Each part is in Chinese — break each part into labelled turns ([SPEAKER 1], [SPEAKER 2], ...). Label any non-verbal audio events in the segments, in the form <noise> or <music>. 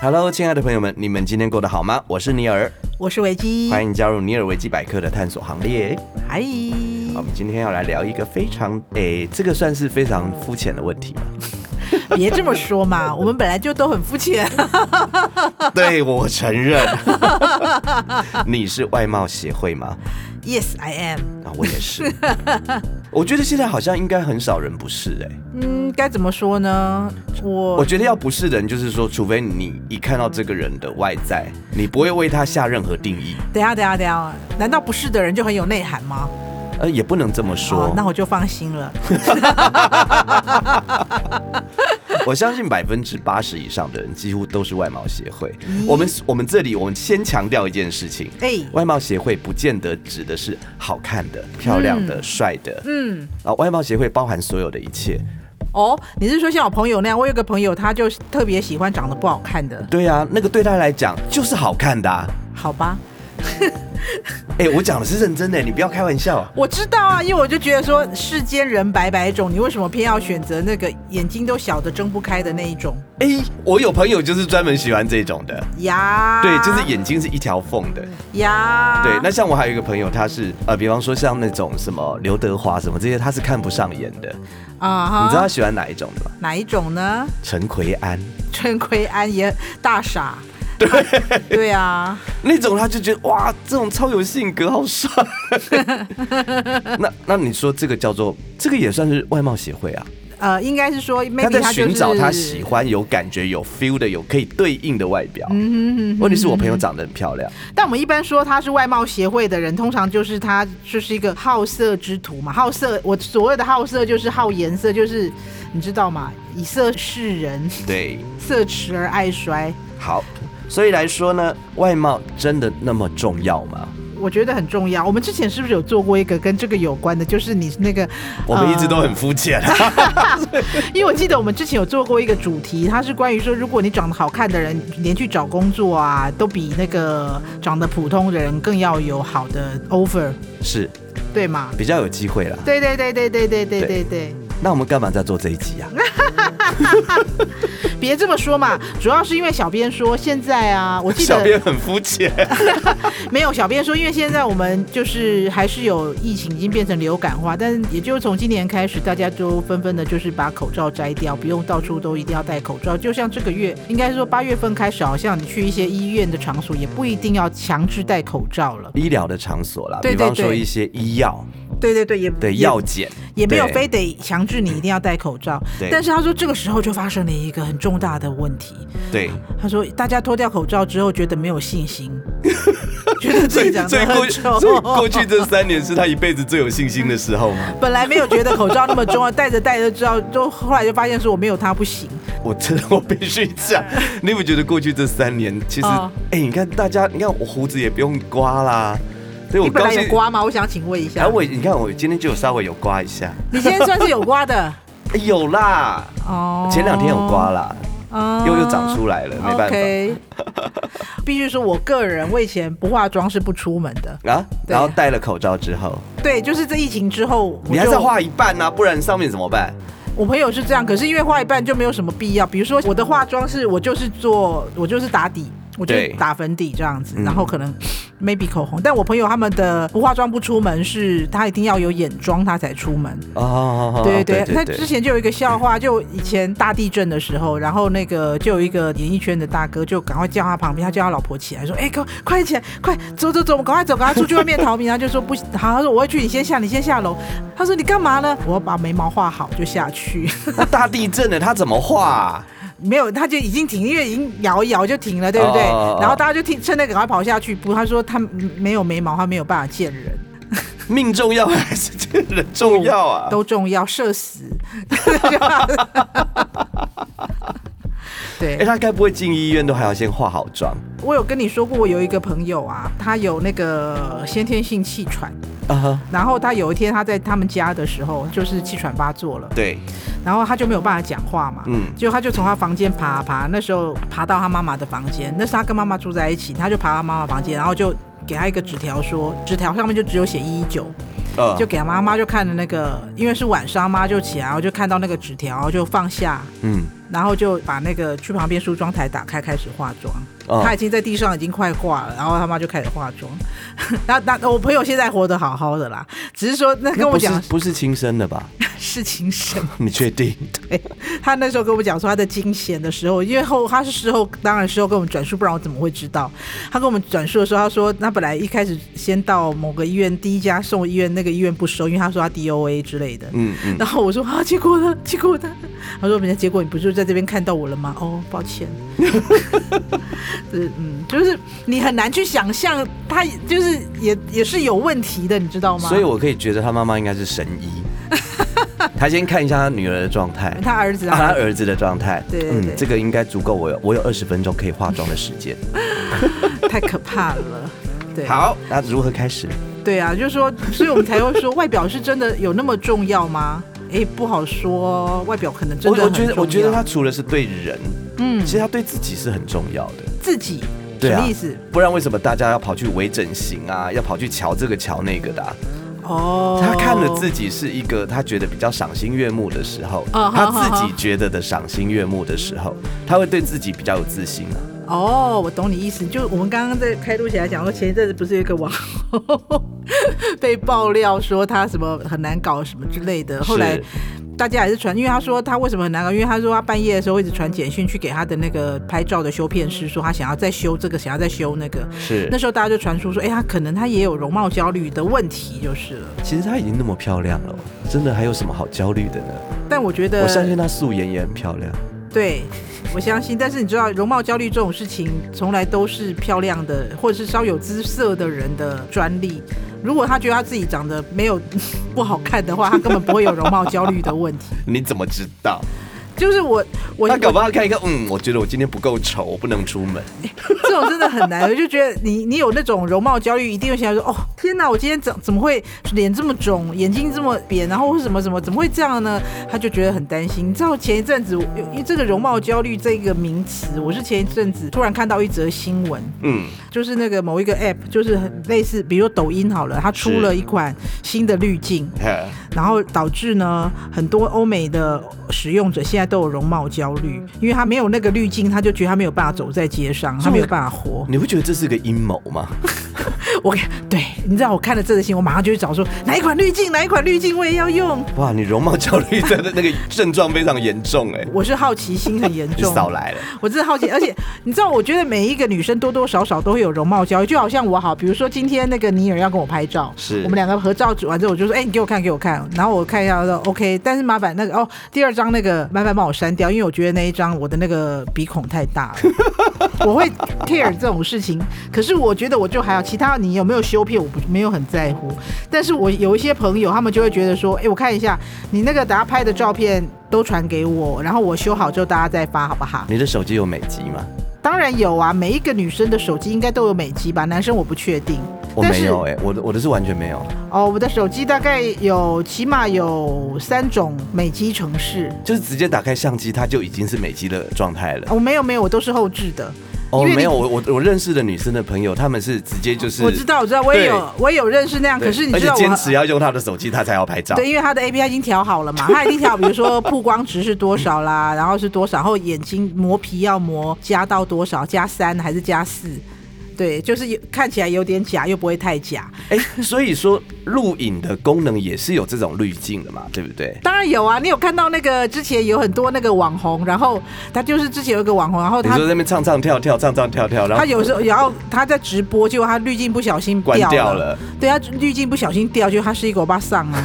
[SPEAKER 1] Hello，亲爱的朋友们，你们今天过得好吗？我是尼尔，
[SPEAKER 2] 我是维基，
[SPEAKER 1] 欢迎加入尼尔维基百科的探索行列。
[SPEAKER 2] 嗨，
[SPEAKER 1] 好我们今天要来聊一个非常诶、这个算是非常肤浅的问题吧？
[SPEAKER 2] 别这么说嘛，我们本来就都很肤浅。
[SPEAKER 1] <laughs> 对，我承认。 <laughs> 你是外貌协会吗？
[SPEAKER 2] yes, I am。
[SPEAKER 1] 啊，我也 <laughs> 是。我觉得现在好像应该很少人不是哎、
[SPEAKER 2] 嗯，该怎么说呢？我
[SPEAKER 1] 我觉得要不是人，就是说，除非你一看到这个人的外在，你不会为他下任何定义。
[SPEAKER 2] 等一下等一下等一下，难道不是的人就很有内涵吗？
[SPEAKER 1] 呃，也不能这么说。
[SPEAKER 2] 哦那我就放
[SPEAKER 1] <laughs>
[SPEAKER 2] 心了。 <laughs>
[SPEAKER 1] 我相信百分之八十以上的人几乎都是外貌协会。我们我们这里我们先强调一件事情，
[SPEAKER 2] 哎
[SPEAKER 1] 外貌协会不见得指的是好看的、漂亮的、帅的，
[SPEAKER 2] 嗯，
[SPEAKER 1] 啊，外貌协会包含所有的一切。
[SPEAKER 2] 哦，你是说像我朋友那样？我有个朋友，他就特别喜欢长得不好看的，
[SPEAKER 1] 对啊，那个对他来讲就是好看的、啊。
[SPEAKER 2] 好吧？
[SPEAKER 1] 哎、我讲的是认真的，你不要开玩笑。
[SPEAKER 2] 我知道啊，因为我就觉得说世间人百百种，你为什么偏要选择那个眼睛都小的睁不开的那一种
[SPEAKER 1] 哎、我有朋友就是专门喜欢这种的，
[SPEAKER 2] 呀？
[SPEAKER 1] 对，就是眼睛是一条缝的。
[SPEAKER 2] 呀。
[SPEAKER 1] 对，那像我还有一个朋友，他是呃，比方说像那种什么刘德华什么这些，他是看不上眼的。
[SPEAKER 2] 啊哈，
[SPEAKER 1] 你知道他喜欢哪一种的吗？
[SPEAKER 2] 哪一种呢？
[SPEAKER 1] 陈奎安
[SPEAKER 2] 陈奎安也大傻。对 <laughs> 对啊，
[SPEAKER 1] 那种，他就觉得哇，这种超有性格，好
[SPEAKER 2] <laughs>
[SPEAKER 1] 帅。那那你说这个叫做这个也算是外貌协会啊？
[SPEAKER 2] 呃，应该是说
[SPEAKER 1] 他
[SPEAKER 2] maybe
[SPEAKER 1] 在
[SPEAKER 2] 就是
[SPEAKER 1] 寻找他喜。欢、有感觉、有 feel 的、有可以对应的外表。
[SPEAKER 2] 嗯哼嗯
[SPEAKER 1] 问题是我朋友长得很漂亮，
[SPEAKER 2] 但我们一般说他是外貌协会的人，通常就是他就是一个好色之徒嘛。好色，我所谓的好色就是好颜色，就是你知道吗？以色示人，
[SPEAKER 1] 对，
[SPEAKER 2] 色迟而爱衰，
[SPEAKER 1] 好。所以来说呢，外貌真的那么重要吗？
[SPEAKER 2] 我觉得很重要。我们之前是不是有做过一个跟这个有关的？就是你那个，
[SPEAKER 1] 我们一直
[SPEAKER 2] 呃
[SPEAKER 1] 都很肤浅。啊
[SPEAKER 2] 因为我记得我们之前有做过一个主题，它是关于说，如果你长得好看的人，连去找工作啊，都比那个长得普通的人更要有好的 offer，
[SPEAKER 1] <laughs> 是
[SPEAKER 2] 对吗？
[SPEAKER 1] 比较有机会啦。
[SPEAKER 2] 对对对对对对对
[SPEAKER 1] 对
[SPEAKER 2] 对对，
[SPEAKER 1] 那我们干嘛在做这一集啊？
[SPEAKER 2] 别这么说嘛，主要是因为小编说现在啊，我记
[SPEAKER 1] 小
[SPEAKER 2] 得
[SPEAKER 1] 编很肤浅。
[SPEAKER 2] 没有小编说，因为现在我们就是还是有疫情已经变成流感化，但也就是从今年开始，大家都纷纷的就是把口罩摘掉，不用到处都一定要戴口罩。就像这个月，应该说八月份开始，好像你去一些医院的场所也不一定要强制戴口罩了。
[SPEAKER 1] 医疗的场所啦，
[SPEAKER 2] 对
[SPEAKER 1] 比
[SPEAKER 2] 对
[SPEAKER 1] 方说
[SPEAKER 2] 对
[SPEAKER 1] 一些医药
[SPEAKER 2] 对对对，也
[SPEAKER 1] 对药检，
[SPEAKER 2] 也没有
[SPEAKER 1] 对
[SPEAKER 2] 非得强制你一定要戴口罩
[SPEAKER 1] 对。
[SPEAKER 2] 但是他说这个时候就发生了一个很重大的问题，
[SPEAKER 1] 对。
[SPEAKER 2] 他说大家脱掉口罩之后觉得没有信心，
[SPEAKER 1] <laughs>
[SPEAKER 2] 觉得自己长
[SPEAKER 1] 所以
[SPEAKER 2] 得
[SPEAKER 1] 过
[SPEAKER 2] 很
[SPEAKER 1] 去，
[SPEAKER 2] 丑。
[SPEAKER 1] 所以过去这三年是他一辈子最有信心的时候吗？
[SPEAKER 2] 本来没有觉得口罩那么重要，戴着戴着之后，就后来就发现说我没有它不行。
[SPEAKER 1] 我真的我必须讲，
[SPEAKER 2] 嗯
[SPEAKER 1] 你有觉得过去这三年其实，哎、
[SPEAKER 2] 哦
[SPEAKER 1] 你看大家，你看我胡子也不用刮啦，对我
[SPEAKER 2] 你本
[SPEAKER 1] 高
[SPEAKER 2] 来
[SPEAKER 1] 兴
[SPEAKER 2] 有。刮吗？我想请问一
[SPEAKER 1] 然
[SPEAKER 2] 下
[SPEAKER 1] 后，我你看我今天就有稍微有刮一下，
[SPEAKER 2] 你今天算是有刮的
[SPEAKER 1] 哎有啦，
[SPEAKER 2] 哦
[SPEAKER 1] 前两天有刮，啦，
[SPEAKER 2] 哦
[SPEAKER 1] 又又长出来了，没办 <laughs>
[SPEAKER 2] OK 必须说，我个人我以前不化妆是不出门的。
[SPEAKER 1] 法啊。
[SPEAKER 2] 对
[SPEAKER 1] 然后戴了口罩之后，
[SPEAKER 2] 对，就是这疫情之后，我
[SPEAKER 1] 你还是
[SPEAKER 2] 就
[SPEAKER 1] 要画一半啊，不然上面怎么办？
[SPEAKER 2] 我朋友是这样，可是因为画一半就没有什么必要。比如说我的化妆是我就是做，我就是打底。我就是
[SPEAKER 1] 对
[SPEAKER 2] 打粉底这样子
[SPEAKER 1] 嗯，
[SPEAKER 2] 然后可能 maybe 口红，但我朋友他们的不化妆不出门是，他一定要有眼妆他才出门。
[SPEAKER 1] 哦，
[SPEAKER 2] 对对对，那之前就有一个笑话，就以前大地震的时候，然后那个就有一个演艺圈的大哥就赶快叫他旁边，他叫他老婆起来说：“哎、快快起来，快走走走，我们赶快走，赶快出去外面逃命。”他就说：“不行好，他说我会去，你先下，你先下楼。”他说：“你干嘛呢？”我要把眉毛画好就下去，
[SPEAKER 1] 那大地震了，他怎么画啊、
[SPEAKER 2] 没有，他就已经停，因为已经摇一摇就停了，对不对？
[SPEAKER 1] 哦哦哦
[SPEAKER 2] 然后大家就停，趁那个赶快跑下去。不，他说他没有眉毛，他没有办法见人。
[SPEAKER 1] 命重要还是这个人重要啊？
[SPEAKER 2] 都重要，社死。
[SPEAKER 1] 哎、
[SPEAKER 2] <laughs> 对，
[SPEAKER 1] 他该不会进医院都还要先化好妆
[SPEAKER 2] 我有跟你说过，我有一个朋友啊，他有那个先天性气喘，
[SPEAKER 1] 啊哈？
[SPEAKER 2] 然后他有一天他在他们家的时候，就是气喘发作了，
[SPEAKER 1] 对，
[SPEAKER 2] 然后他就没有办法讲话嘛，
[SPEAKER 1] 嗯，
[SPEAKER 2] 就他就从他房间爬啊爬，那时候爬到他妈妈的房间，那是他跟妈妈住在一起，他就爬到妈妈房间，然后就给他一个纸条说，纸条上面就只有写一一九，
[SPEAKER 1] 呃
[SPEAKER 2] 就给他妈妈就看了那个，因为是晚上，妈就起来，然后就看到那个纸条，就放下，
[SPEAKER 1] 嗯，
[SPEAKER 2] 然后就把那个去旁边梳妆台打开，开始化妆。
[SPEAKER 1] 啊
[SPEAKER 2] 他已经在地上已经快挂了，然后他妈就开始化妆。 <laughs> 然后，那我朋友现在活得好好的啦，只是说那跟我
[SPEAKER 1] 不是
[SPEAKER 2] 讲
[SPEAKER 1] 不是亲生的
[SPEAKER 2] <laughs>
[SPEAKER 1] 吧？
[SPEAKER 2] 事情什么？
[SPEAKER 1] 你确定？
[SPEAKER 2] 他那时候跟我讲说他在惊险的时候，因为后他是事后，当然事后跟我们转述，不然我怎么会知道？他跟我们转述的时候，他说他本来一开始先到某个医院，第一家送医院，那个医院不收，因为他说他 DOA 之类的。
[SPEAKER 1] 嗯嗯，
[SPEAKER 2] 然后我说啊，结果呢？结果呢？他说人家结果你不就在这边看到我了吗？哦，抱歉。 <laughs> 就是嗯，就是你很难去想象他就是也也是有问题的，你知道吗？
[SPEAKER 1] 所以我可以觉得他妈妈应该是神
[SPEAKER 2] <laughs>
[SPEAKER 1] 医。他先看一下他女儿的状态，
[SPEAKER 2] 他儿子
[SPEAKER 1] 啊他
[SPEAKER 2] 啊，
[SPEAKER 1] 儿子的状态。嗯
[SPEAKER 2] 对对对
[SPEAKER 1] 这个应该足够我有我有二十分钟可以化妆的时间。
[SPEAKER 2] 太可怕了。对，
[SPEAKER 1] 好，那如何开始？
[SPEAKER 2] 对啊，就是说，所以我们才会说，外表是真的有那么重要吗？ <laughs> 哎，不好说，外表可能真
[SPEAKER 1] 我
[SPEAKER 2] 的
[SPEAKER 1] 我
[SPEAKER 2] 很重
[SPEAKER 1] 觉
[SPEAKER 2] 要。
[SPEAKER 1] 得我觉得他除了是对人，
[SPEAKER 2] 嗯
[SPEAKER 1] 其实他对自己是很重要的。
[SPEAKER 2] 自己
[SPEAKER 1] 对
[SPEAKER 2] 什
[SPEAKER 1] 啊
[SPEAKER 2] 么意思？
[SPEAKER 1] 不然为什么大家要跑去微整形啊，要跑去瞧这个瞧那个的啊、
[SPEAKER 2] 哦，
[SPEAKER 1] 他看了自己是一个他觉得比较赏心悦目的时候，
[SPEAKER 2] 哦好
[SPEAKER 1] 他
[SPEAKER 2] 好
[SPEAKER 1] 自
[SPEAKER 2] 好
[SPEAKER 1] 己觉得的赏心悦目的时候，他会对自己比较有自信啊。
[SPEAKER 2] 哦，我懂你意思。就我们刚刚在开录起来讲说，前一阵子不是有一个网红 <laughs> 被爆料说他什么很难搞什么之类的，后来
[SPEAKER 1] 是
[SPEAKER 2] 大家还是传，因为他说他为什么很难搞，因为他说他半夜的时候一直传简讯去给他的那个拍照的修片师，说他想要再修这个，想要再修那个。
[SPEAKER 1] 是，
[SPEAKER 2] 那时候大家就传出说，哎、他可能他也有容貌焦虑的问题，就是了。
[SPEAKER 1] 其实她已经那么漂亮了，真的还有什么好焦虑的呢？
[SPEAKER 2] 但我觉得
[SPEAKER 1] 我相信她素颜也很漂亮。
[SPEAKER 2] 对，我相信。但是你知道，容貌焦虑这种事情，从来都是漂亮的或者是稍有姿色的人的专利。如果他觉得他自己长得没有 <laughs> 不好看的话，他根本不会有容貌焦虑的问题。
[SPEAKER 1] 你怎么知道？
[SPEAKER 2] 就是我，我
[SPEAKER 1] 她搞
[SPEAKER 2] 我
[SPEAKER 1] 不好看一个，嗯，我觉得我今天不够丑，我不能出门。
[SPEAKER 2] 这种真的很难。我就觉得你你有那种容貌焦虑，一定会想说，哦，天哪，我今天怎怎么会脸这么肿，眼睛这么扁，然后为什么什么怎么会这样呢？他就觉得很担心。你知道前一阵子，我因为这个容貌焦虑这个名词，我是前一阵子突然看到一则新闻，
[SPEAKER 1] 嗯，
[SPEAKER 2] 就是那个某一个 app，就是很类似，比如说抖音好了，它出了一款新的滤镜，
[SPEAKER 1] 嘿
[SPEAKER 2] 然后导致呢很多欧美的使用者现在都有容貌焦虑，因为他没有那个滤镜，他就觉得他没有办法走在街上，他没有办法活。
[SPEAKER 1] 你不觉得这是个阴谋吗？ <laughs>
[SPEAKER 2] 我对，你知道我看了这个新闻，我马上就去找说哪一款滤镜，哪一款滤镜我也要用。
[SPEAKER 1] 哇，你容貌焦虑症的那个症状非常严重哎、
[SPEAKER 2] 我是好奇心很严
[SPEAKER 1] <laughs> 你
[SPEAKER 2] 重，
[SPEAKER 1] 少来了，
[SPEAKER 2] 我真的好奇，而且你知道，我觉得每一个女生多多少少都会有容貌焦虑，就好像我好，比如说今天那个尼尔要跟我拍照，
[SPEAKER 1] 是
[SPEAKER 2] 我们两个合照完之后，我就说，哎、你给我看，给我看，然后我看一下，说 OK，但是麻烦那个哦，第二张那个麻烦帮我删掉，因为我觉得那一张我的那个鼻孔太大了，我会 care 这种事情，可是我觉得我就还好，其他你有没有修片，我不没有很在乎，但是我有一些朋友，他们就会觉得说，哎、我看一下你那个大家拍的照片都传给我，然后我修好之后大家再发，好不好？
[SPEAKER 1] 你的手机有美肌吗？
[SPEAKER 2] 当然有啊，每一个女生的手机应该都有美肌吧？男生我不确定。
[SPEAKER 1] 我
[SPEAKER 2] 但是
[SPEAKER 1] 没有哎、我的我的是完全没有。
[SPEAKER 2] 哦，我的手机大概有起码有三种美肌城市。
[SPEAKER 1] 就是直接打开相机，它就已经是美肌的状态了。
[SPEAKER 2] 我、哦没有没有，我都是后置的。
[SPEAKER 1] 哦，
[SPEAKER 2] 因为你
[SPEAKER 1] 没有，我我我认识的女生的朋友，她们是直接就是，
[SPEAKER 2] 我知道，我知道，我也
[SPEAKER 1] 对
[SPEAKER 2] 有我也有认识那样，
[SPEAKER 1] 对，
[SPEAKER 2] 可是你
[SPEAKER 1] 而
[SPEAKER 2] 知
[SPEAKER 1] 且
[SPEAKER 2] 道
[SPEAKER 1] 坚
[SPEAKER 2] 我。
[SPEAKER 1] 持要用她的手机，她才要拍照。
[SPEAKER 2] 对，因为它的 A P I 已经调好
[SPEAKER 1] <laughs>
[SPEAKER 2] 了嘛，它已经调，比如说曝光值是多少啦，然后是多少，然后眼睛磨皮要磨加到多少，加三还是加四？对，就是有看起来有点假，又不会太假。
[SPEAKER 1] 哎、所以说录影的功能也是有这种滤镜的嘛，对不对？
[SPEAKER 2] 当然有啊，你有看到那个之前有很多那个网红，然后他就是之前有一个网红，然后
[SPEAKER 1] 你
[SPEAKER 2] 他
[SPEAKER 1] 说在那边唱唱跳跳，唱唱跳跳，然后
[SPEAKER 2] 他有时候然后他在直播，结果他滤镜不小心
[SPEAKER 1] 关
[SPEAKER 2] 掉
[SPEAKER 1] 掉了，
[SPEAKER 2] 对他滤镜不小心掉，就他是一个欧巴
[SPEAKER 1] <laughs>
[SPEAKER 2] 桑啊。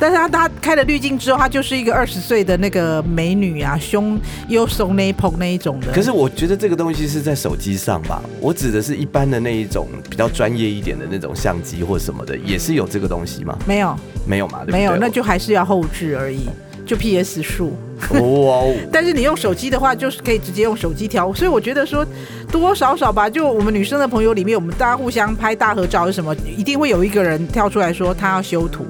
[SPEAKER 2] 但是他他开了滤镜之后，他就是一个二十岁的那个美女啊，胸又松那一蓬那一种的。
[SPEAKER 1] 可是我觉得这个东西是在手机上吧，我指的是一般的那一种比较专业一点的那种相机或什么的，也是有这个东西吗？
[SPEAKER 2] 没有
[SPEAKER 1] 没有嘛，对不对？
[SPEAKER 2] 没有，
[SPEAKER 1] <laughs>
[SPEAKER 2] 那就还是要后置而已，就 P S 数。
[SPEAKER 1] 哇哦，
[SPEAKER 2] 但是你用手机的话，就是可以直接用手机调。所以我觉得说，多多少少吧，就我们女生的朋友里面，我们大家互相拍大合照是什么，一定会有一个人跳出来说他要修图，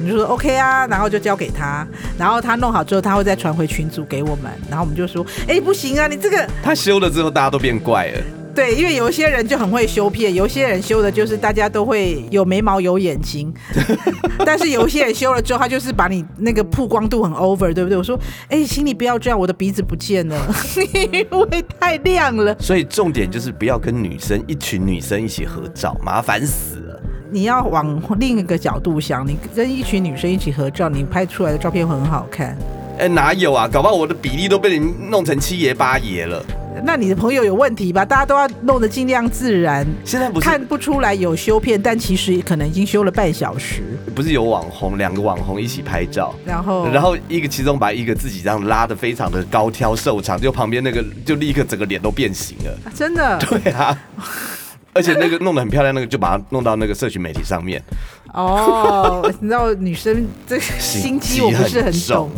[SPEAKER 2] 你就说 OK 啊，然后就交给他，然后他弄好之后，他会再传回群组给我们，然后我们就说，哎、不行啊，你这个
[SPEAKER 1] 他修了之后大家都变怪了。
[SPEAKER 2] 对，因为有些人就很会修片，有些人修的就是大家都会有眉毛有眼
[SPEAKER 1] <laughs>
[SPEAKER 2] 睛，但是有些人修了之后，他就是把你那个曝光度很 over，对不对？我说，哎、请你不要这样，我的鼻子不见了， <laughs> 因为太亮了。
[SPEAKER 1] 所以重点就是不要跟女生一群女生一起合照，麻烦死了。
[SPEAKER 2] 你要往另一个角度想，你跟一群女生一起合照，你拍出来的照片会很好看。
[SPEAKER 1] 哎、哪有啊？搞不好我的比例都被你弄成七爷八爷了。
[SPEAKER 2] 那你的朋友有问题吧？大家都要弄得尽量自然，
[SPEAKER 1] 现在不是
[SPEAKER 2] 看不出来有修片，但其实可能已经修了半小时。
[SPEAKER 1] 不是有网红，两个网红一起拍照。
[SPEAKER 2] 然后，
[SPEAKER 1] 然后一个其中把一个自己这样拉的非常的高挑瘦长，就旁边那个就立刻整个脸都变形了。
[SPEAKER 2] 啊真的
[SPEAKER 1] 对啊，而且那个弄得很漂亮，那个就把它弄到那个社群媒体上面。
[SPEAKER 2] 哦，你知道女生这个心机我不是很懂，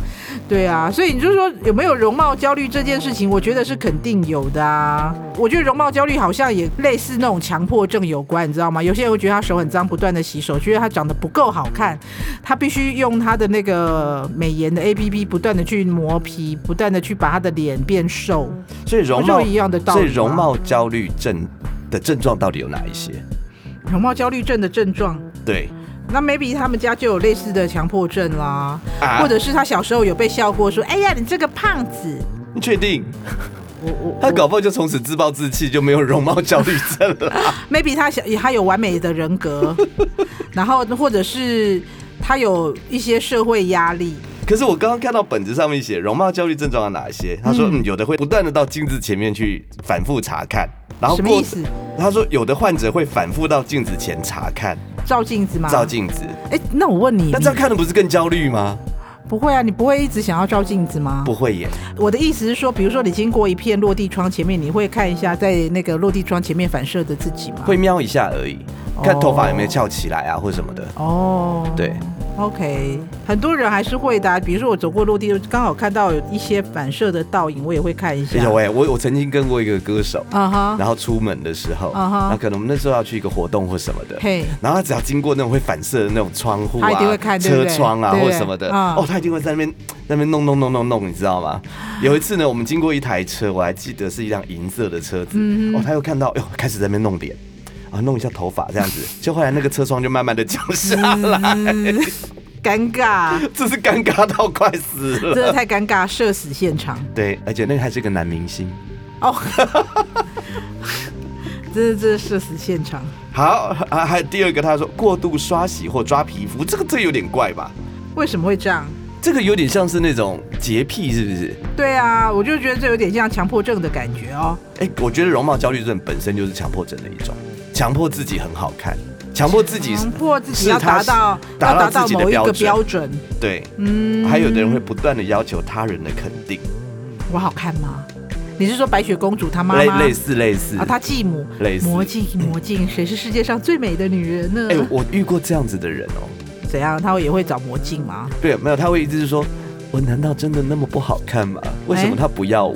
[SPEAKER 2] 对啊，所以你就说有没有容貌焦虑这件事情，我觉得是肯定有的啊。我觉得容貌焦虑好像也类似那种强迫症有关，你知道吗？有些人会觉得他手很脏，不断的洗手，觉得他长得不够好看，他必须用他的那个美颜的 A P P 不断的去磨皮，不断的去把他的脸变瘦，
[SPEAKER 1] 所以容
[SPEAKER 2] 不
[SPEAKER 1] 貌
[SPEAKER 2] 就一样的道
[SPEAKER 1] 所
[SPEAKER 2] 理
[SPEAKER 1] 以
[SPEAKER 2] 吗
[SPEAKER 1] 容貌焦虑症的症状到底有哪一些？
[SPEAKER 2] 容貌焦虑症的症状。
[SPEAKER 1] 对
[SPEAKER 2] 那 maybe 他们家就有类似的强迫症啦。
[SPEAKER 1] 啊，
[SPEAKER 2] 或者是他小时候有被笑过说：“哎呀，你这个胖子。
[SPEAKER 1] 你确定
[SPEAKER 2] 我”我我
[SPEAKER 1] 他搞不好就从此自暴自弃，就没有容貌焦虑症
[SPEAKER 2] <laughs>
[SPEAKER 1] 了。
[SPEAKER 2] maybe 他小他有完美的人
[SPEAKER 1] <laughs>
[SPEAKER 2] 格，然后或者是他有一些社会压力，
[SPEAKER 1] 可是我刚刚看到本子上面写容貌焦虑症状有哪些，他说嗯有的会不断的到镜子前面去反复查看，然后
[SPEAKER 2] 什么
[SPEAKER 1] 过
[SPEAKER 2] 意思？
[SPEAKER 1] 他说有的患者会反复到镜子前查看
[SPEAKER 2] 照镜子吗？
[SPEAKER 1] 照。镜子，
[SPEAKER 2] 哎、那我问你，
[SPEAKER 1] 那这样看的不是更焦虑吗？
[SPEAKER 2] 你不会啊？你不会一直想要照镜子吗？
[SPEAKER 1] 不会耶，
[SPEAKER 2] 我的意思是说，比如说你经过一片落地窗前面，你会看一下在那个落地窗前面反射的自己吗？
[SPEAKER 1] 会瞄一下而已，看头发有没有翘起来啊或什么的。
[SPEAKER 2] 哦，
[SPEAKER 1] 对。
[SPEAKER 2] OK，很多人还是会的啊、比如说我走过落地，刚好看到有一些反射的倒影，我也会看一下。
[SPEAKER 1] 有哎，我我曾经跟过一个歌手，
[SPEAKER 2] 啊哈，
[SPEAKER 1] 然后出门的时候，
[SPEAKER 2] 啊哈
[SPEAKER 1] 那可能我们那时候要去一个活动或什么的，
[SPEAKER 2] 嘿，
[SPEAKER 1] 然后他只要经过那种会反射的那种窗户
[SPEAKER 2] 他一定会
[SPEAKER 1] 啊、
[SPEAKER 2] 看对不
[SPEAKER 1] 车
[SPEAKER 2] 对
[SPEAKER 1] 窗啊
[SPEAKER 2] 对
[SPEAKER 1] 或什么的，
[SPEAKER 2] 嗯
[SPEAKER 1] 哦，他一定会在那边在那边弄弄弄弄弄，你知道吗？有一次呢，我们经过一台车，我还记得是一辆银色的车子，
[SPEAKER 2] 嗯
[SPEAKER 1] 哦，他又看到，哟，开始在那边弄脸。啊，弄一下头发这样子，就后来那个车窗就慢慢的降下来，
[SPEAKER 2] 嗯
[SPEAKER 1] <laughs>
[SPEAKER 2] 尴尬，
[SPEAKER 1] 这是尴尬到快死
[SPEAKER 2] 真
[SPEAKER 1] 了。
[SPEAKER 2] 的太尴尬，社死现场
[SPEAKER 1] 对，而且那个还是个男明星。
[SPEAKER 2] 哦， <laughs> 真的真的社死现场。
[SPEAKER 1] 好，啊，还有第二个，他说过度刷洗或抓皮肤，这个这有点怪吧？
[SPEAKER 2] 为什么会这样？
[SPEAKER 1] 这个有点像是那种洁癖，是不是？
[SPEAKER 2] 对啊，我就觉得这有点像强迫症的感觉哦。
[SPEAKER 1] 哎、我觉得容貌焦虑症本身就是强迫症的一种，强迫自己很好看，强迫自己是
[SPEAKER 2] 强迫自己
[SPEAKER 1] 是
[SPEAKER 2] 要
[SPEAKER 1] 他
[SPEAKER 2] 达到
[SPEAKER 1] 达
[SPEAKER 2] 要
[SPEAKER 1] 到
[SPEAKER 2] 达
[SPEAKER 1] 自
[SPEAKER 2] 到
[SPEAKER 1] 己的
[SPEAKER 2] 某一
[SPEAKER 1] 标
[SPEAKER 2] 个
[SPEAKER 1] 准
[SPEAKER 2] 标准，
[SPEAKER 1] 对，
[SPEAKER 2] 嗯，
[SPEAKER 1] 还有的人会不断的要求他人的肯定，
[SPEAKER 2] 我好看吗？你是说白雪公主她妈
[SPEAKER 1] 类
[SPEAKER 2] 妈
[SPEAKER 1] 类似类似
[SPEAKER 2] 啊，她继母
[SPEAKER 1] 类似
[SPEAKER 2] 魔镜魔镜，谁是世界上最美的女人呢？
[SPEAKER 1] 哎、我遇过这样子的人哦、
[SPEAKER 2] 怎样？她也会找魔镜吗？
[SPEAKER 1] 对，没有，他会一直说，我难道真的那么不好看吗？为什么
[SPEAKER 2] 哎
[SPEAKER 1] 他不要我？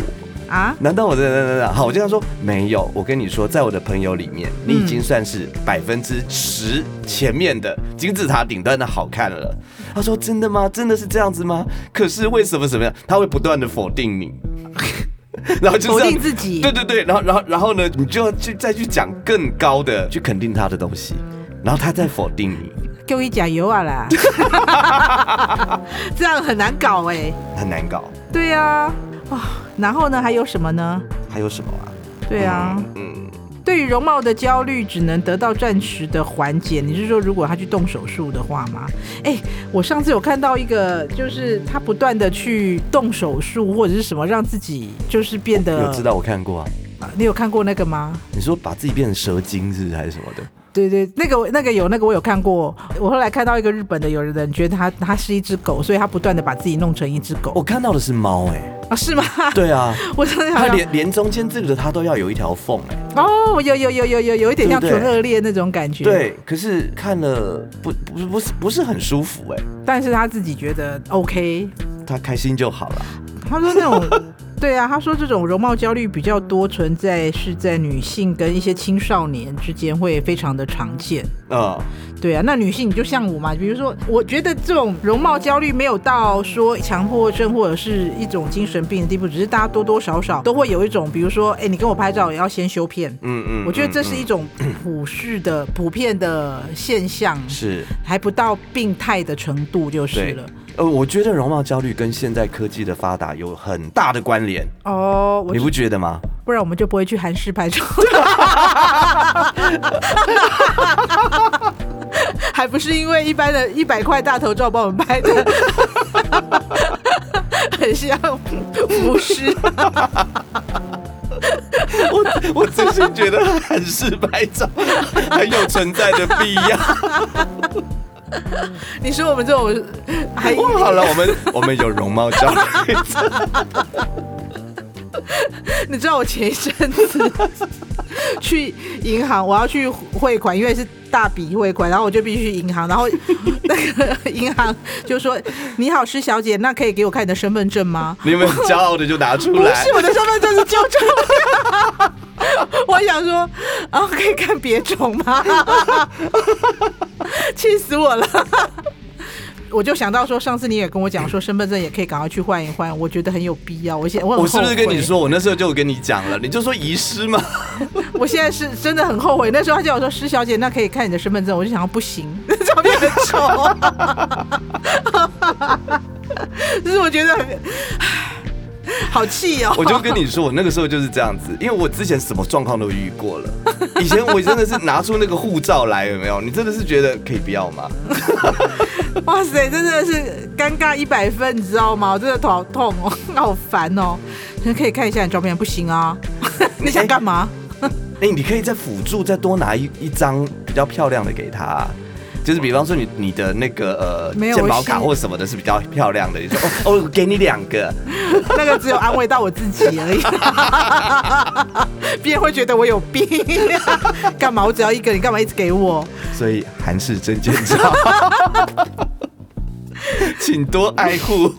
[SPEAKER 2] 啊，
[SPEAKER 1] 难道我真的真的真的好？我就跟他说没有，我跟你说，在我的朋友里面，你已经算是百分之十前面的金字塔顶端的好看了。他说真的吗？真的是这样子吗？可是为什么怎么样？他会不断的否定你， <laughs> 然后就
[SPEAKER 2] 否
[SPEAKER 1] 这样
[SPEAKER 2] 定自己
[SPEAKER 1] 对对对，然后然后然后呢，你就要去再去讲更高的，去肯定他的东西，然后他再否定你，
[SPEAKER 2] 给我一加油啊啦！这样很难搞哎、
[SPEAKER 1] 很难搞。
[SPEAKER 2] 对呀、啊，哇、然后呢还有什么呢？
[SPEAKER 1] 还有什么啊？
[SPEAKER 2] 对啊，
[SPEAKER 1] 嗯，
[SPEAKER 2] 对于容貌的焦虑只能得到暂时的缓解。你是说如果他去动手术的话吗？哎，我上次有看到一个，就是他不断的去动手术或者是什么，让自己就是变
[SPEAKER 1] 嗯，
[SPEAKER 2] 得
[SPEAKER 1] 有知道我看过啊。
[SPEAKER 2] 啊你有看过那个吗？
[SPEAKER 1] 你说把自己变成蛇精是不是还是什么的？
[SPEAKER 2] 对对，那个那个有那个我有看过，我后来看到一个日本的，有人觉得他他是一只狗，所以他不断的把自己弄成一只狗
[SPEAKER 1] 我看到的是猫哎、
[SPEAKER 2] 啊，是吗？
[SPEAKER 1] 对啊，
[SPEAKER 2] <laughs> 我真的
[SPEAKER 1] 它
[SPEAKER 2] 好像
[SPEAKER 1] 连连中间这个它都要有一条缝哎、
[SPEAKER 2] 哦，有有有有有有一点像
[SPEAKER 1] 对不对
[SPEAKER 2] 纯恶劣那种感觉，，
[SPEAKER 1] 对，可是看了不不是不是不是很舒服哎、
[SPEAKER 2] 但是他自己觉得 OK，
[SPEAKER 1] 他开心就好了。 <laughs>
[SPEAKER 2] 他说那种。对啊，他说这种容貌焦虑比较多存在是在女性跟一些青少年之间会非常的常见。
[SPEAKER 1] 嗯，
[SPEAKER 2] 对啊，那女性你就像我嘛，比如说，我觉得这种容貌焦虑没有到说强迫症或者是一种精神病的地步，只是大家多多少少都会有一种，比如说，哎、你跟我拍照也要先修片。
[SPEAKER 1] 嗯嗯，
[SPEAKER 2] 我觉得这是
[SPEAKER 1] 嗯
[SPEAKER 2] 一种普世的、 <clears throat> 普遍的现象，
[SPEAKER 1] 嗯是。
[SPEAKER 2] 还不到病态的程度就是了。
[SPEAKER 1] 呃，我觉得容貌焦虑跟现在科技的发达有很大的关联，
[SPEAKER 2] 哦，我
[SPEAKER 1] 你不觉得吗？ <laughs>
[SPEAKER 2] 不然我们就不会去韩式拍照，还不是因为一般的一百块大头照帮我们拍的， <laughs> 很像 <laughs> 不是？
[SPEAKER 1] 我我真心觉得韩式拍照 <laughs> 很有存在的必
[SPEAKER 2] <laughs>
[SPEAKER 1] 要。
[SPEAKER 2] 你说我们这种还
[SPEAKER 1] 哇，好了，我们我们有容貌焦虑， <laughs>
[SPEAKER 2] 你知道我前一阵子去银行，我要去汇款，因为是大笔汇款，然后我就必须去银行，然后那个银行就说：“你好，施小姐，那可以给我看你的身份证吗？”
[SPEAKER 1] 你们很骄傲的就拿出
[SPEAKER 2] 不
[SPEAKER 1] 来
[SPEAKER 2] 是。我的身份证是旧照片。 <laughs> 我还想说，啊，可以看别种吗？ <laughs> 气死我了！我就想到说，上次你也跟我讲说，身份证也可以赶快去换一换，我觉得很有必要。我现我很
[SPEAKER 1] 我是不是
[SPEAKER 2] 后
[SPEAKER 1] 跟
[SPEAKER 2] 悔
[SPEAKER 1] 你？说，我那时候就有跟你讲了，你就说遗失嘛。
[SPEAKER 2] <laughs> 我现在是真的很后悔。那时候他叫我说，施小姐，那可以看你的身份证，我就想要不行， <laughs> 那照片很丑。就是我觉得很， <sighs> 好气
[SPEAKER 1] <laughs>
[SPEAKER 2] 哦。<laughs>
[SPEAKER 1] 我就跟你说，我那个时候就是这样子，因为我之前什么状况都遇过了。以前我真的是拿出那个护照来，有没有？你真的是觉得可以不要吗？
[SPEAKER 2] 哇塞，真的是尴尬一百分，你知道吗？我真的头好痛哦， <laughs> 好烦哦。可以看一下你照片，不行啊？ <laughs> 你想干嘛？
[SPEAKER 1] 哎、你可以再辅助再多拿一一张比较漂亮的给他、就是比方说你你的那个呃
[SPEAKER 2] 没有
[SPEAKER 1] 健
[SPEAKER 2] 我
[SPEAKER 1] 保卡
[SPEAKER 2] 是
[SPEAKER 1] 或什么的是比较漂亮的，你说哦哦，我给你两个，
[SPEAKER 2] 那个只有安慰到我自己而已， <laughs> 别人会觉得我有病。 <laughs> 干嘛？我只要一个，你干嘛一直给我？
[SPEAKER 1] 所以韩式真见照，
[SPEAKER 2] <laughs>
[SPEAKER 1] 请多爱护。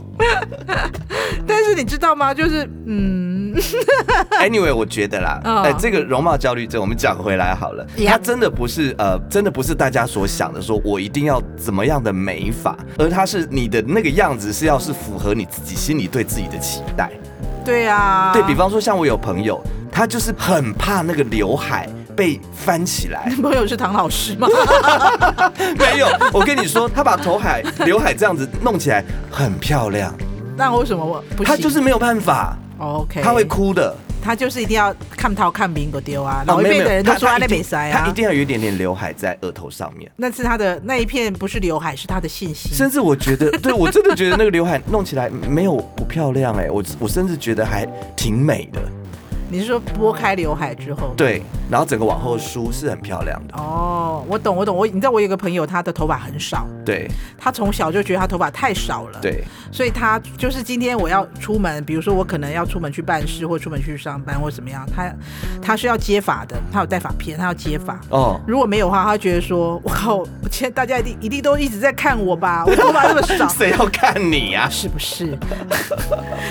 [SPEAKER 2] 但是你知道吗？就是嗯， <laughs>
[SPEAKER 1] Anyway，我觉得啦，哎、
[SPEAKER 2] 嗯
[SPEAKER 1] 这个容貌焦虑症，我们讲回来好了，
[SPEAKER 2] Yeah
[SPEAKER 1] 它真的不是呃，真的不是大家所想的，说我一定要怎么样的美法，而它是你的那个样子是要是符合你自己心里对自己的期待。
[SPEAKER 2] 对啊，
[SPEAKER 1] 对比方说，像我有朋友，他就是很怕那个刘海被翻起
[SPEAKER 2] <laughs>
[SPEAKER 1] 来。
[SPEAKER 2] <laughs> 朋友是唐老师吗？
[SPEAKER 1] 没有，我跟你说，他把头海、刘海这样子弄起来很漂亮，
[SPEAKER 2] 那为什么我不行？哦
[SPEAKER 1] 他就是没有办法，
[SPEAKER 2] OK，
[SPEAKER 1] 他会，哭的。
[SPEAKER 2] 他就是一定要看桃看民狗丢啊。
[SPEAKER 1] 哦
[SPEAKER 2] 老一
[SPEAKER 1] 没有
[SPEAKER 2] 辈
[SPEAKER 1] 没有
[SPEAKER 2] 的人都
[SPEAKER 1] 他
[SPEAKER 2] 说
[SPEAKER 1] 他
[SPEAKER 2] 那
[SPEAKER 1] 一定
[SPEAKER 2] 没塞
[SPEAKER 1] 他
[SPEAKER 2] 啊
[SPEAKER 1] 一。定要有一点点刘海在额头上面。
[SPEAKER 2] 那是他的那一片不是刘海，是他的信息。
[SPEAKER 1] 甚至我觉 <laughs> 得，对我真的觉得那个刘海弄起来没有不漂亮哎、我我甚至觉得还挺美的，
[SPEAKER 2] 你是说拨开刘海之后？。
[SPEAKER 1] 对，然后整个往后梳是很漂亮的，
[SPEAKER 2] 哦，我懂，我懂，我你知道我有个朋友，他的头发很少，
[SPEAKER 1] 对
[SPEAKER 2] 他从小就觉得他头发太少了，，
[SPEAKER 1] 对，
[SPEAKER 2] 所以他就是今天我要出门，比如说我可能要出门去办事或出门去上班或怎么样，他他是要接发的，他有带发片，他要接发。
[SPEAKER 1] 哦，，
[SPEAKER 2] 如果没有的话，他觉得说，我靠，我现在大家一定一定都一直在看我吧，我头发那么少
[SPEAKER 1] <laughs> <laughs> 谁要看你啊呀、
[SPEAKER 2] 是不是？ <laughs>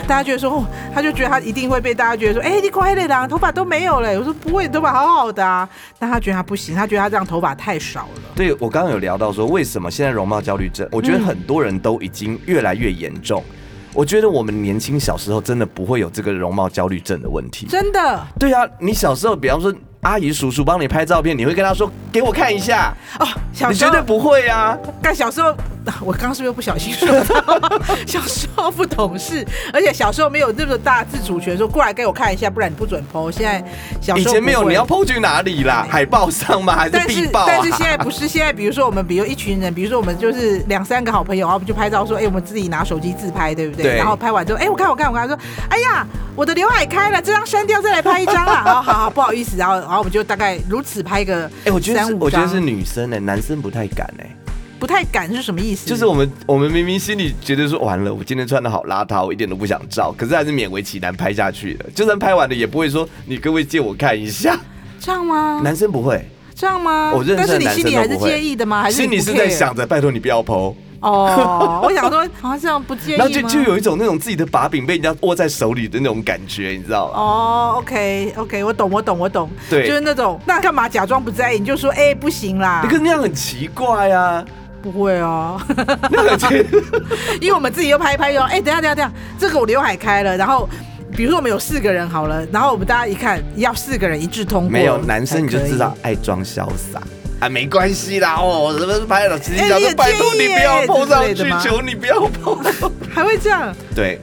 [SPEAKER 2] 大家觉得说，哦，他就觉得他一定会被大家觉得说，哎、你快乐啦，头发都没有了。我说不会，你头发好好的啊。但他觉得他不行，他觉得他这样头发太少了。
[SPEAKER 1] 对我刚刚有聊到说，为什么现在容貌焦虑症，我觉得很多人都已经越来越严重。我觉得我们年轻小时候真的不会有这个容貌焦虑症的问题。
[SPEAKER 2] 真的
[SPEAKER 1] 对啊，你小时候，比方说阿姨叔叔帮你拍照片，你会跟他说给我看一下，
[SPEAKER 2] 哦，小
[SPEAKER 1] 你
[SPEAKER 2] 时
[SPEAKER 1] 绝
[SPEAKER 2] 候
[SPEAKER 1] 对不会啊。
[SPEAKER 2] 但小时候， <laughs> 啊我刚刚是不是又不小心说到？ <laughs> 小时候不懂事，而且小时候没有那么大自主权，说过来给我看一下，不然你不准剖。现在小时
[SPEAKER 1] 以
[SPEAKER 2] 候
[SPEAKER 1] 前没有，
[SPEAKER 2] 不会
[SPEAKER 1] 你要 PO 去哪里啦？海报上吗？还是
[SPEAKER 2] 但
[SPEAKER 1] 壁
[SPEAKER 2] 是、
[SPEAKER 1] 报啊？
[SPEAKER 2] 但是现在不是，现在比如说我们比如一群人，比如说我们就是两三个好朋友，然后我们就拍照说，哎、我们自己拿手机自拍，对不对？
[SPEAKER 1] 对
[SPEAKER 2] 然后拍完之后，哎、我看我看我看，他说，哎呀，我的刘海开了，这张删掉，再来拍一张啦。 <laughs> 然后好好不好意思，然后然后我们就大概如此拍个
[SPEAKER 1] 哎、我觉得
[SPEAKER 2] 三
[SPEAKER 1] 是，
[SPEAKER 2] 五
[SPEAKER 1] 我觉得是
[SPEAKER 2] 张，
[SPEAKER 1] 女生哎、男生不太敢哎、
[SPEAKER 2] 不太敢是什么意思？
[SPEAKER 1] 就是我们，我们明明心里觉得说完了，我今天穿的好邋遢，我一点都不想照，可是还是勉为其难拍下去了。就算拍完了，也不会说你各位借我看一下。
[SPEAKER 2] 这样吗？
[SPEAKER 1] 男生不会，
[SPEAKER 2] 这样吗？
[SPEAKER 1] 我认识
[SPEAKER 2] 但
[SPEAKER 1] 的
[SPEAKER 2] 是你
[SPEAKER 1] 男
[SPEAKER 2] 心
[SPEAKER 1] 生
[SPEAKER 2] 里
[SPEAKER 1] 都
[SPEAKER 2] 还是
[SPEAKER 1] 不会。
[SPEAKER 2] 介意的吗？还是
[SPEAKER 1] 心
[SPEAKER 2] 你
[SPEAKER 1] 里
[SPEAKER 2] 不
[SPEAKER 1] 是在
[SPEAKER 2] care？
[SPEAKER 1] 想着，拜托你不要剖。
[SPEAKER 2] 哦，我想说，好像这样不建议
[SPEAKER 1] 然后就
[SPEAKER 2] 吗
[SPEAKER 1] 就有一种那种自己的把柄被人家握在手里的那种感觉，你知道吗？
[SPEAKER 2] 哦，OK OK，我懂，我懂，我懂，
[SPEAKER 1] 对
[SPEAKER 2] 就是那种，那干嘛假装不在意？你就说，哎、不行啦
[SPEAKER 1] 那，个那样很奇怪啊，
[SPEAKER 2] 不会哦， <laughs>
[SPEAKER 1] 那个奇啊
[SPEAKER 2] 因为我们自己又拍一拍哟，哎、等一下，等一下，等一下，这个我刘海开了，然后。比如说我们有四个人好了，然后我们大家一看，要四个人一致通过，
[SPEAKER 1] 没有男生你就知道。爱装潇洒。啊，没关系啦，哦，什么拍了，其实
[SPEAKER 2] 哎
[SPEAKER 1] 想
[SPEAKER 2] 你
[SPEAKER 1] 说
[SPEAKER 2] 也
[SPEAKER 1] 拜托
[SPEAKER 2] 介
[SPEAKER 1] 你
[SPEAKER 2] 意
[SPEAKER 1] 不要
[SPEAKER 2] 耶
[SPEAKER 1] 碰
[SPEAKER 2] 之
[SPEAKER 1] 上
[SPEAKER 2] 类的
[SPEAKER 1] 去，
[SPEAKER 2] 吗
[SPEAKER 1] 求你不要碰。
[SPEAKER 2] <laughs> 还会这样？
[SPEAKER 1] 对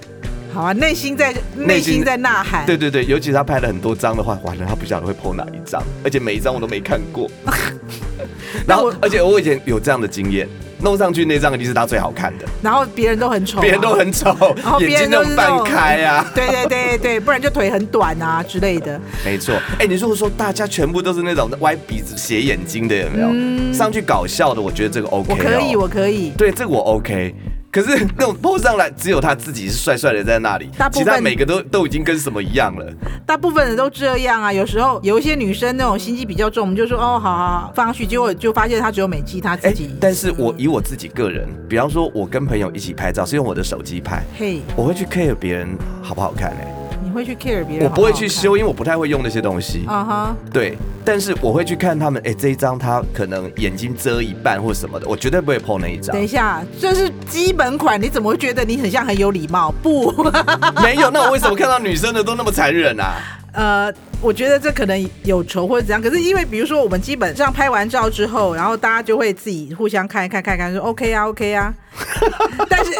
[SPEAKER 2] 好啊，内心在内
[SPEAKER 1] 内心
[SPEAKER 2] 心在呐喊，
[SPEAKER 1] 对对对，尤其他拍了很多张的话，完了他不晓得会碰哪一张，而且每一张我都没看过。
[SPEAKER 2] <laughs>
[SPEAKER 1] <laughs> 然
[SPEAKER 2] 那
[SPEAKER 1] 后
[SPEAKER 2] 我，
[SPEAKER 1] 而且我以前有这样的经验，弄上去那张一定是他最好看的，
[SPEAKER 2] 然后别人都很丑、啊，
[SPEAKER 1] 别人都很丑
[SPEAKER 2] 然后，别
[SPEAKER 1] <laughs> 眼睛
[SPEAKER 2] 哦
[SPEAKER 1] 那种
[SPEAKER 2] 人都是那
[SPEAKER 1] 半
[SPEAKER 2] 种
[SPEAKER 1] 开啊。
[SPEAKER 2] <laughs> 对对对对，不然就腿很短啊之类的。
[SPEAKER 1] <laughs> 没错，哎、你如果说大家全部都是那种歪鼻子、斜眼睛的，有没有？上去搞笑的，我觉得这个 OK、
[SPEAKER 2] 嗯我
[SPEAKER 1] 哦。
[SPEAKER 2] 可以，我可以。
[SPEAKER 1] 对这个我 OK。可是那种 p 上来，只有他自己是帅帅的在那里
[SPEAKER 2] 大，部
[SPEAKER 1] 其
[SPEAKER 2] 分
[SPEAKER 1] 他每个都都已经跟什么一样了。
[SPEAKER 2] 大部分人都这样啊。有时候有一些女生那种心机比较重，我们就说哦，好好好放上去，结果就发现她只有美肌，她自
[SPEAKER 1] 哎、
[SPEAKER 2] 己。嗯
[SPEAKER 1] 但是我以我自己个人，比方说，我跟朋友一起拍照是用我的手机拍，
[SPEAKER 2] 嘿，
[SPEAKER 1] 我会去 care 别人好不好看哎、
[SPEAKER 2] 你会去 care 别人？
[SPEAKER 1] 我不会
[SPEAKER 2] 好
[SPEAKER 1] 去
[SPEAKER 2] 看。
[SPEAKER 1] 修，因为我不太会用那些东西。
[SPEAKER 2] 啊哈，
[SPEAKER 1] 对，但是我会去看他们，哎、这一张他可能眼睛遮一半或什么的，我绝对不啊会 p 那一张
[SPEAKER 2] 等。一下，这是基本款，你怎么会觉得你很像很有礼貌？不， <laughs>
[SPEAKER 1] 没有，那我为什么看到女生的都那么残忍啊？
[SPEAKER 2] 呃，我觉得这可能有仇或者怎样，可是因为比如说我们基本上拍完照之后，然后大家就会自己互相看一看看一看，说 OK 啊 OK 啊， <laughs> 但是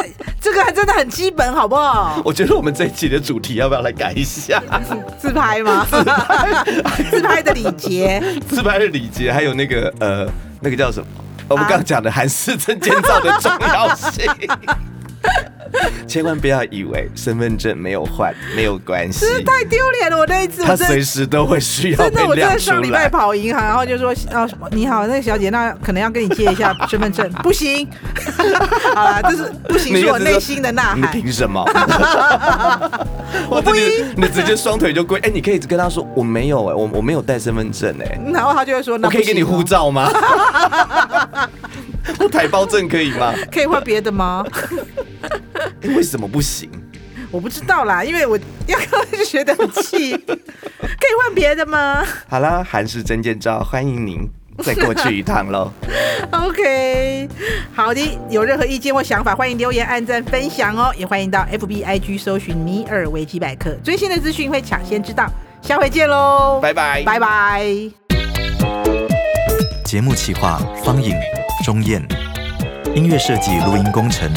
[SPEAKER 2] 这个还真的很基本，好不好？
[SPEAKER 1] 我觉得我们这一期的主题要不要来改一下？
[SPEAKER 2] 自拍吗？ <laughs> 自拍的礼节，
[SPEAKER 1] <laughs> 自拍的礼节，还有那个呃，那个叫什么？我们
[SPEAKER 2] 啊
[SPEAKER 1] 刚刚讲的韩式证件照的重要性。 <laughs> 千万不要以为身份证没有换没有关系，
[SPEAKER 2] 真是太丢脸了！我那一次，
[SPEAKER 1] 他
[SPEAKER 2] 我真
[SPEAKER 1] 随
[SPEAKER 2] 的
[SPEAKER 1] 时都会需要
[SPEAKER 2] 真的，
[SPEAKER 1] 被
[SPEAKER 2] 我真
[SPEAKER 1] 亮
[SPEAKER 2] 的
[SPEAKER 1] 出
[SPEAKER 2] 上礼拜
[SPEAKER 1] 来。
[SPEAKER 2] 跑银行，然后就说啊，什么你好，那个小姐，那可能要跟你借一下身份
[SPEAKER 1] <laughs>
[SPEAKER 2] 证，不行。 <laughs> 好啦，这是不行，是我内心的呐
[SPEAKER 1] 你
[SPEAKER 2] 喊。
[SPEAKER 1] 凭什么？
[SPEAKER 2] 我不
[SPEAKER 1] 这里
[SPEAKER 2] 依
[SPEAKER 1] 你直接双腿就跪。哎、你可以跟他说我没有哎、我我没有带身份证哎、
[SPEAKER 2] <laughs> 然后他就会说，那
[SPEAKER 1] 我可以
[SPEAKER 2] 不行
[SPEAKER 1] 给你护
[SPEAKER 2] 哦
[SPEAKER 1] 照吗？ <laughs> 我台胞证可以吗？
[SPEAKER 2] 可以换别
[SPEAKER 1] <laughs>
[SPEAKER 2] 的吗？
[SPEAKER 1] 哎为什么不行？
[SPEAKER 2] 我不知道啦，因为我 <laughs> 要就觉得很气， <laughs> 可以换别的吗
[SPEAKER 1] 好啦，韩式证件照，欢迎您再过去一趟喽。
[SPEAKER 2] ？OK，好的，有任何意见或想法，欢迎留言、按赞、分享哦，也欢迎到 FB、IG 搜寻米尔维基百科，最新的资讯会抢先知道。下回见喽，
[SPEAKER 1] 拜拜。
[SPEAKER 2] 拜拜。
[SPEAKER 3] 节目企划方颖、钟燕，音乐设计、录音工程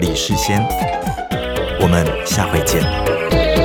[SPEAKER 3] 李世先。我们下回见。